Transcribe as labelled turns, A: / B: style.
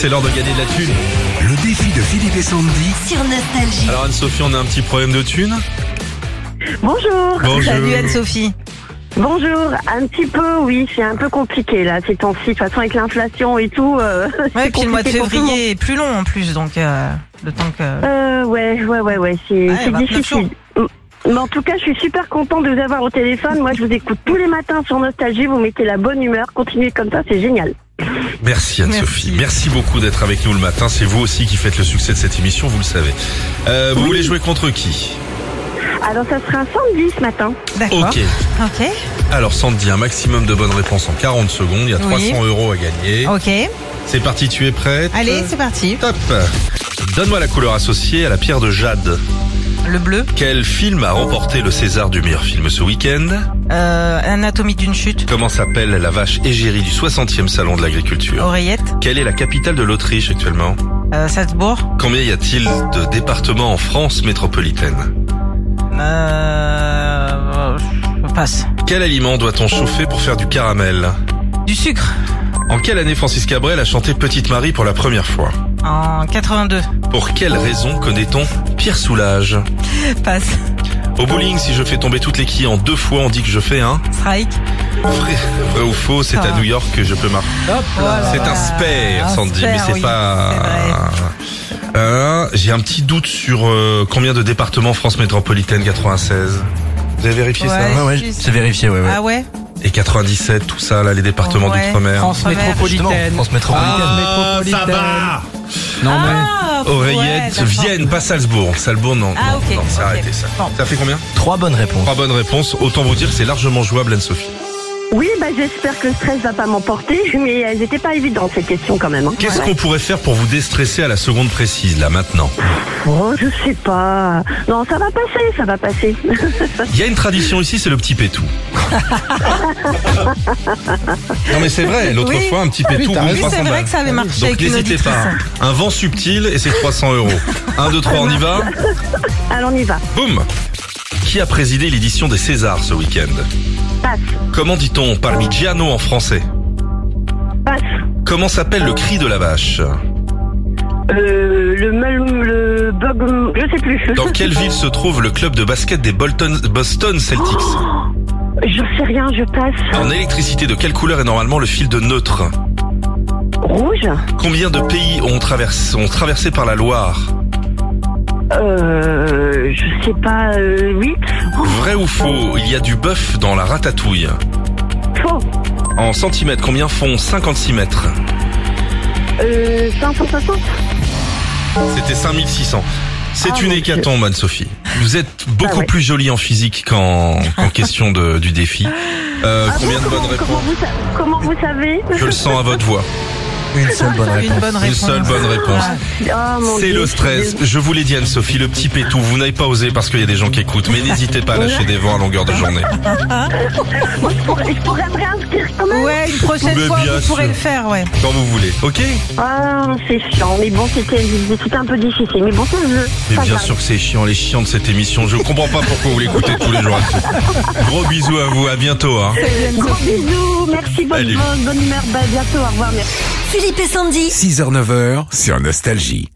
A: C'est l'heure de gagner de la thune.
B: Le défi de Philippe et Sandy.
C: sur Nostalgie.
A: Alors Anne-Sophie, on a un petit problème de thune.
D: Bonjour.
A: Bonjour.
C: Salut Anne-Sophie.
D: Bonjour. Un petit peu, oui, c'est un peu compliqué là ces temps-ci. De toute façon, avec l'inflation et tout. Euh,
C: Ouais,
D: c'est
C: puis le mois de
D: compliqué pour tout le
C: février est plus long en plus, donc euh, le temps que.
D: monde. Euh, ouais, ouais, ouais, ouais, c'est
C: Ouais,
D: c'est
C: 29
D: difficile. Mais en tout cas, je suis super contente de vous avoir au téléphone. Moi, je vous écoute tous les matins sur Nostalgie. Vous mettez la bonne humeur. Continuez comme ça, c'est génial.
A: Merci Anne-Sophie. Merci. beaucoup d'être avec nous le matin. C'est vous aussi qui faites le succès de cette émission, vous le savez. Euh, vous voulez jouer contre qui
D: Alors, ça sera un samedi ce matin.
C: D'accord.
A: Ok.
C: Ok.
A: Alors Sandy, un maximum de bonnes réponses en 40 secondes. Il y a
C: Oui.
A: 300 euros à gagner.
C: Ok.
A: C'est parti, tu es prête
C: Allez, c'est parti.
A: Top Donne-moi la couleur associée à la pierre de jade.
C: Le bleu.
A: Quel film a remporté le César du meilleur film ce week-end
C: Euh, anatomie d'une chute.
A: Comment s'appelle la vache égérie du 60e salon de l'agriculture
C: Oreillette.
A: Quelle est la capitale de l'Autriche actuellement
C: Euh, Salzbourg.
A: Combien y a-t-il de départements en France métropolitaine
C: Euh, je passe.
A: Quel aliment doit-on chauffer pour faire du caramel
C: Du sucre.
A: En quelle année Francis Cabrel a chanté Petite Marie pour la première fois
C: En 82.
A: Pour quelle raison connaît-on Pierre Soulage
C: Passe.
A: Au bowling, si je fais tomber toutes les quilles en deux fois, on dit que je fais un
C: Strike.
A: vrai, vrai ou faux, c'est à
C: Ah.
A: New York que je peux marquer.
C: Voilà.
A: C'est un spare,
C: Un
A: Sandy,
C: spare,
A: mais c'est
C: oui.
A: pas. Hein, J'ai un petit doute sur euh, combien de départements France métropolitaine 96. Vous avez vérifié ça
C: Ouais.
A: hein
E: Ouais, ouais,
C: Juste.
E: c'est vérifié, ouais, ouais.
C: Ah ouais.
A: Et 97, tout ça, là, les départements
C: Ouais.
A: d'outre-mer.
F: France
C: Outre-mer.
F: métropolitaine.
E: Justement, France métropolitaine.
F: Ah, ça va Non, mais
C: Ah,
A: Oreillette,
C: ouais, d'accord.
A: Vienne, pas Salzbourg. Salzbourg, non.
C: Ah,
A: non,
C: ok,
A: non, c'est
C: ok.
A: arrêté, ça.
C: Bon.
A: Ça fait combien
E: Trois bonnes réponses.
A: Trois bonnes réponses. Autant vous dire, c'est largement jouable, Anne-Sophie.
D: Oui, bah j'espère que le stress va pas m'emporter, mais elles étaient pas évidentes ces questions quand même. hein.
A: Qu'est-ce qu'on pourrait faire pour vous déstresser à la seconde précise, là, maintenant
D: Oh, je sais pas. Non, ça va passer, ça va passer.
A: Il y a une tradition ici, c'est le petit pétou. non mais c'est vrai, l'autre
C: Oui. Ah
A: fois un petit pétou,
E: Oui, t'as
A: boum,
E: raison.
C: Oui,
A: 300
C: c'est vrai
A: balles.
C: que ça avait marché
A: Donc
C: avec une
A: n'hésitez
C: auditrice.
A: pas, hein. un vent subtil et c'est 300 euros. 1, 2, 3, on y va
D: Alors, on y va.
A: Boum Qui a présidé l'édition des Césars ce week-end
D: Passe,
A: Comment dit-on Parmigiano en français
D: passe.
A: Comment s'appelle le cri de la vache
D: Euh, le mal, le bug, je sais plus.
A: Dans quelle ville se trouve le club de basket des Bolton- Boston Celtics
D: Je sais rien, je passe.
A: En électricité, de quelle couleur est normalement le fil de neutre
D: Rouge,
A: Combien de pays ont traversé, ont traversé par la Loire
D: euh, je sais pas, euh, 8,
A: Vrai ou faux, il y a du bœuf dans la ratatouille.
D: faux,
A: En centimètres, combien font 56 mètres
D: euh, 560,
A: C'était 5600. C'est
D: Ah,
A: une
D: mon
A: hécatombe, Anne-Sophie. Vous êtes beaucoup
D: Ah ouais.
A: plus jolie en physique qu'en qu'en question de, du défi. Euh,
D: Ah bon,
A: combien de
D: comment,
A: bonnes
D: comment
A: réponses
D: vous, sa- comment vous savez
A: Je le sens à votre voix.
E: Une seule
F: Ah
E: bonne
C: Une
E: réponse.
C: bonne
A: Une
C: réponse.
A: seule bonne réponse.
D: Ah, mon
A: C'est
D: Dieu,
A: le
D: je suis
A: stress.
D: désolée.
A: Je vous l'ai dit, Anne-Sophie, le petit pétou. Vous n'avez pas osé parce qu'il y a des gens qui écoutent. Mais n'hésitez pas à lâcher des vents à longueur de journée.
D: Moi, je pourrais, je pourrais me réinscrire quand même.
C: Ouais, une prochaine
A: Mais
C: fois,
A: bien
C: vous pourrez
A: sûr.
C: le faire, ouais.
A: Quand vous voulez. OK
D: Ah, c'est chiant, mais bon, c'était c'était un peu difficile. Mais bon, c'est le jeu.
A: Mais
D: Pas
A: bien
D: grave.
A: sûr que c'est chiant, les chiants de cette émission. Je comprends pas pourquoi vous l'écoutez tous les jours. Gros bisous à vous, à bientôt. hein.
D: Gros bisous, merci, bonne,
A: Salut.
D: bonne, bonne humeur, bah, à bientôt, au revoir, merci.
C: Philippe et Sandy.
B: 6h, 9h sur Nostalgie.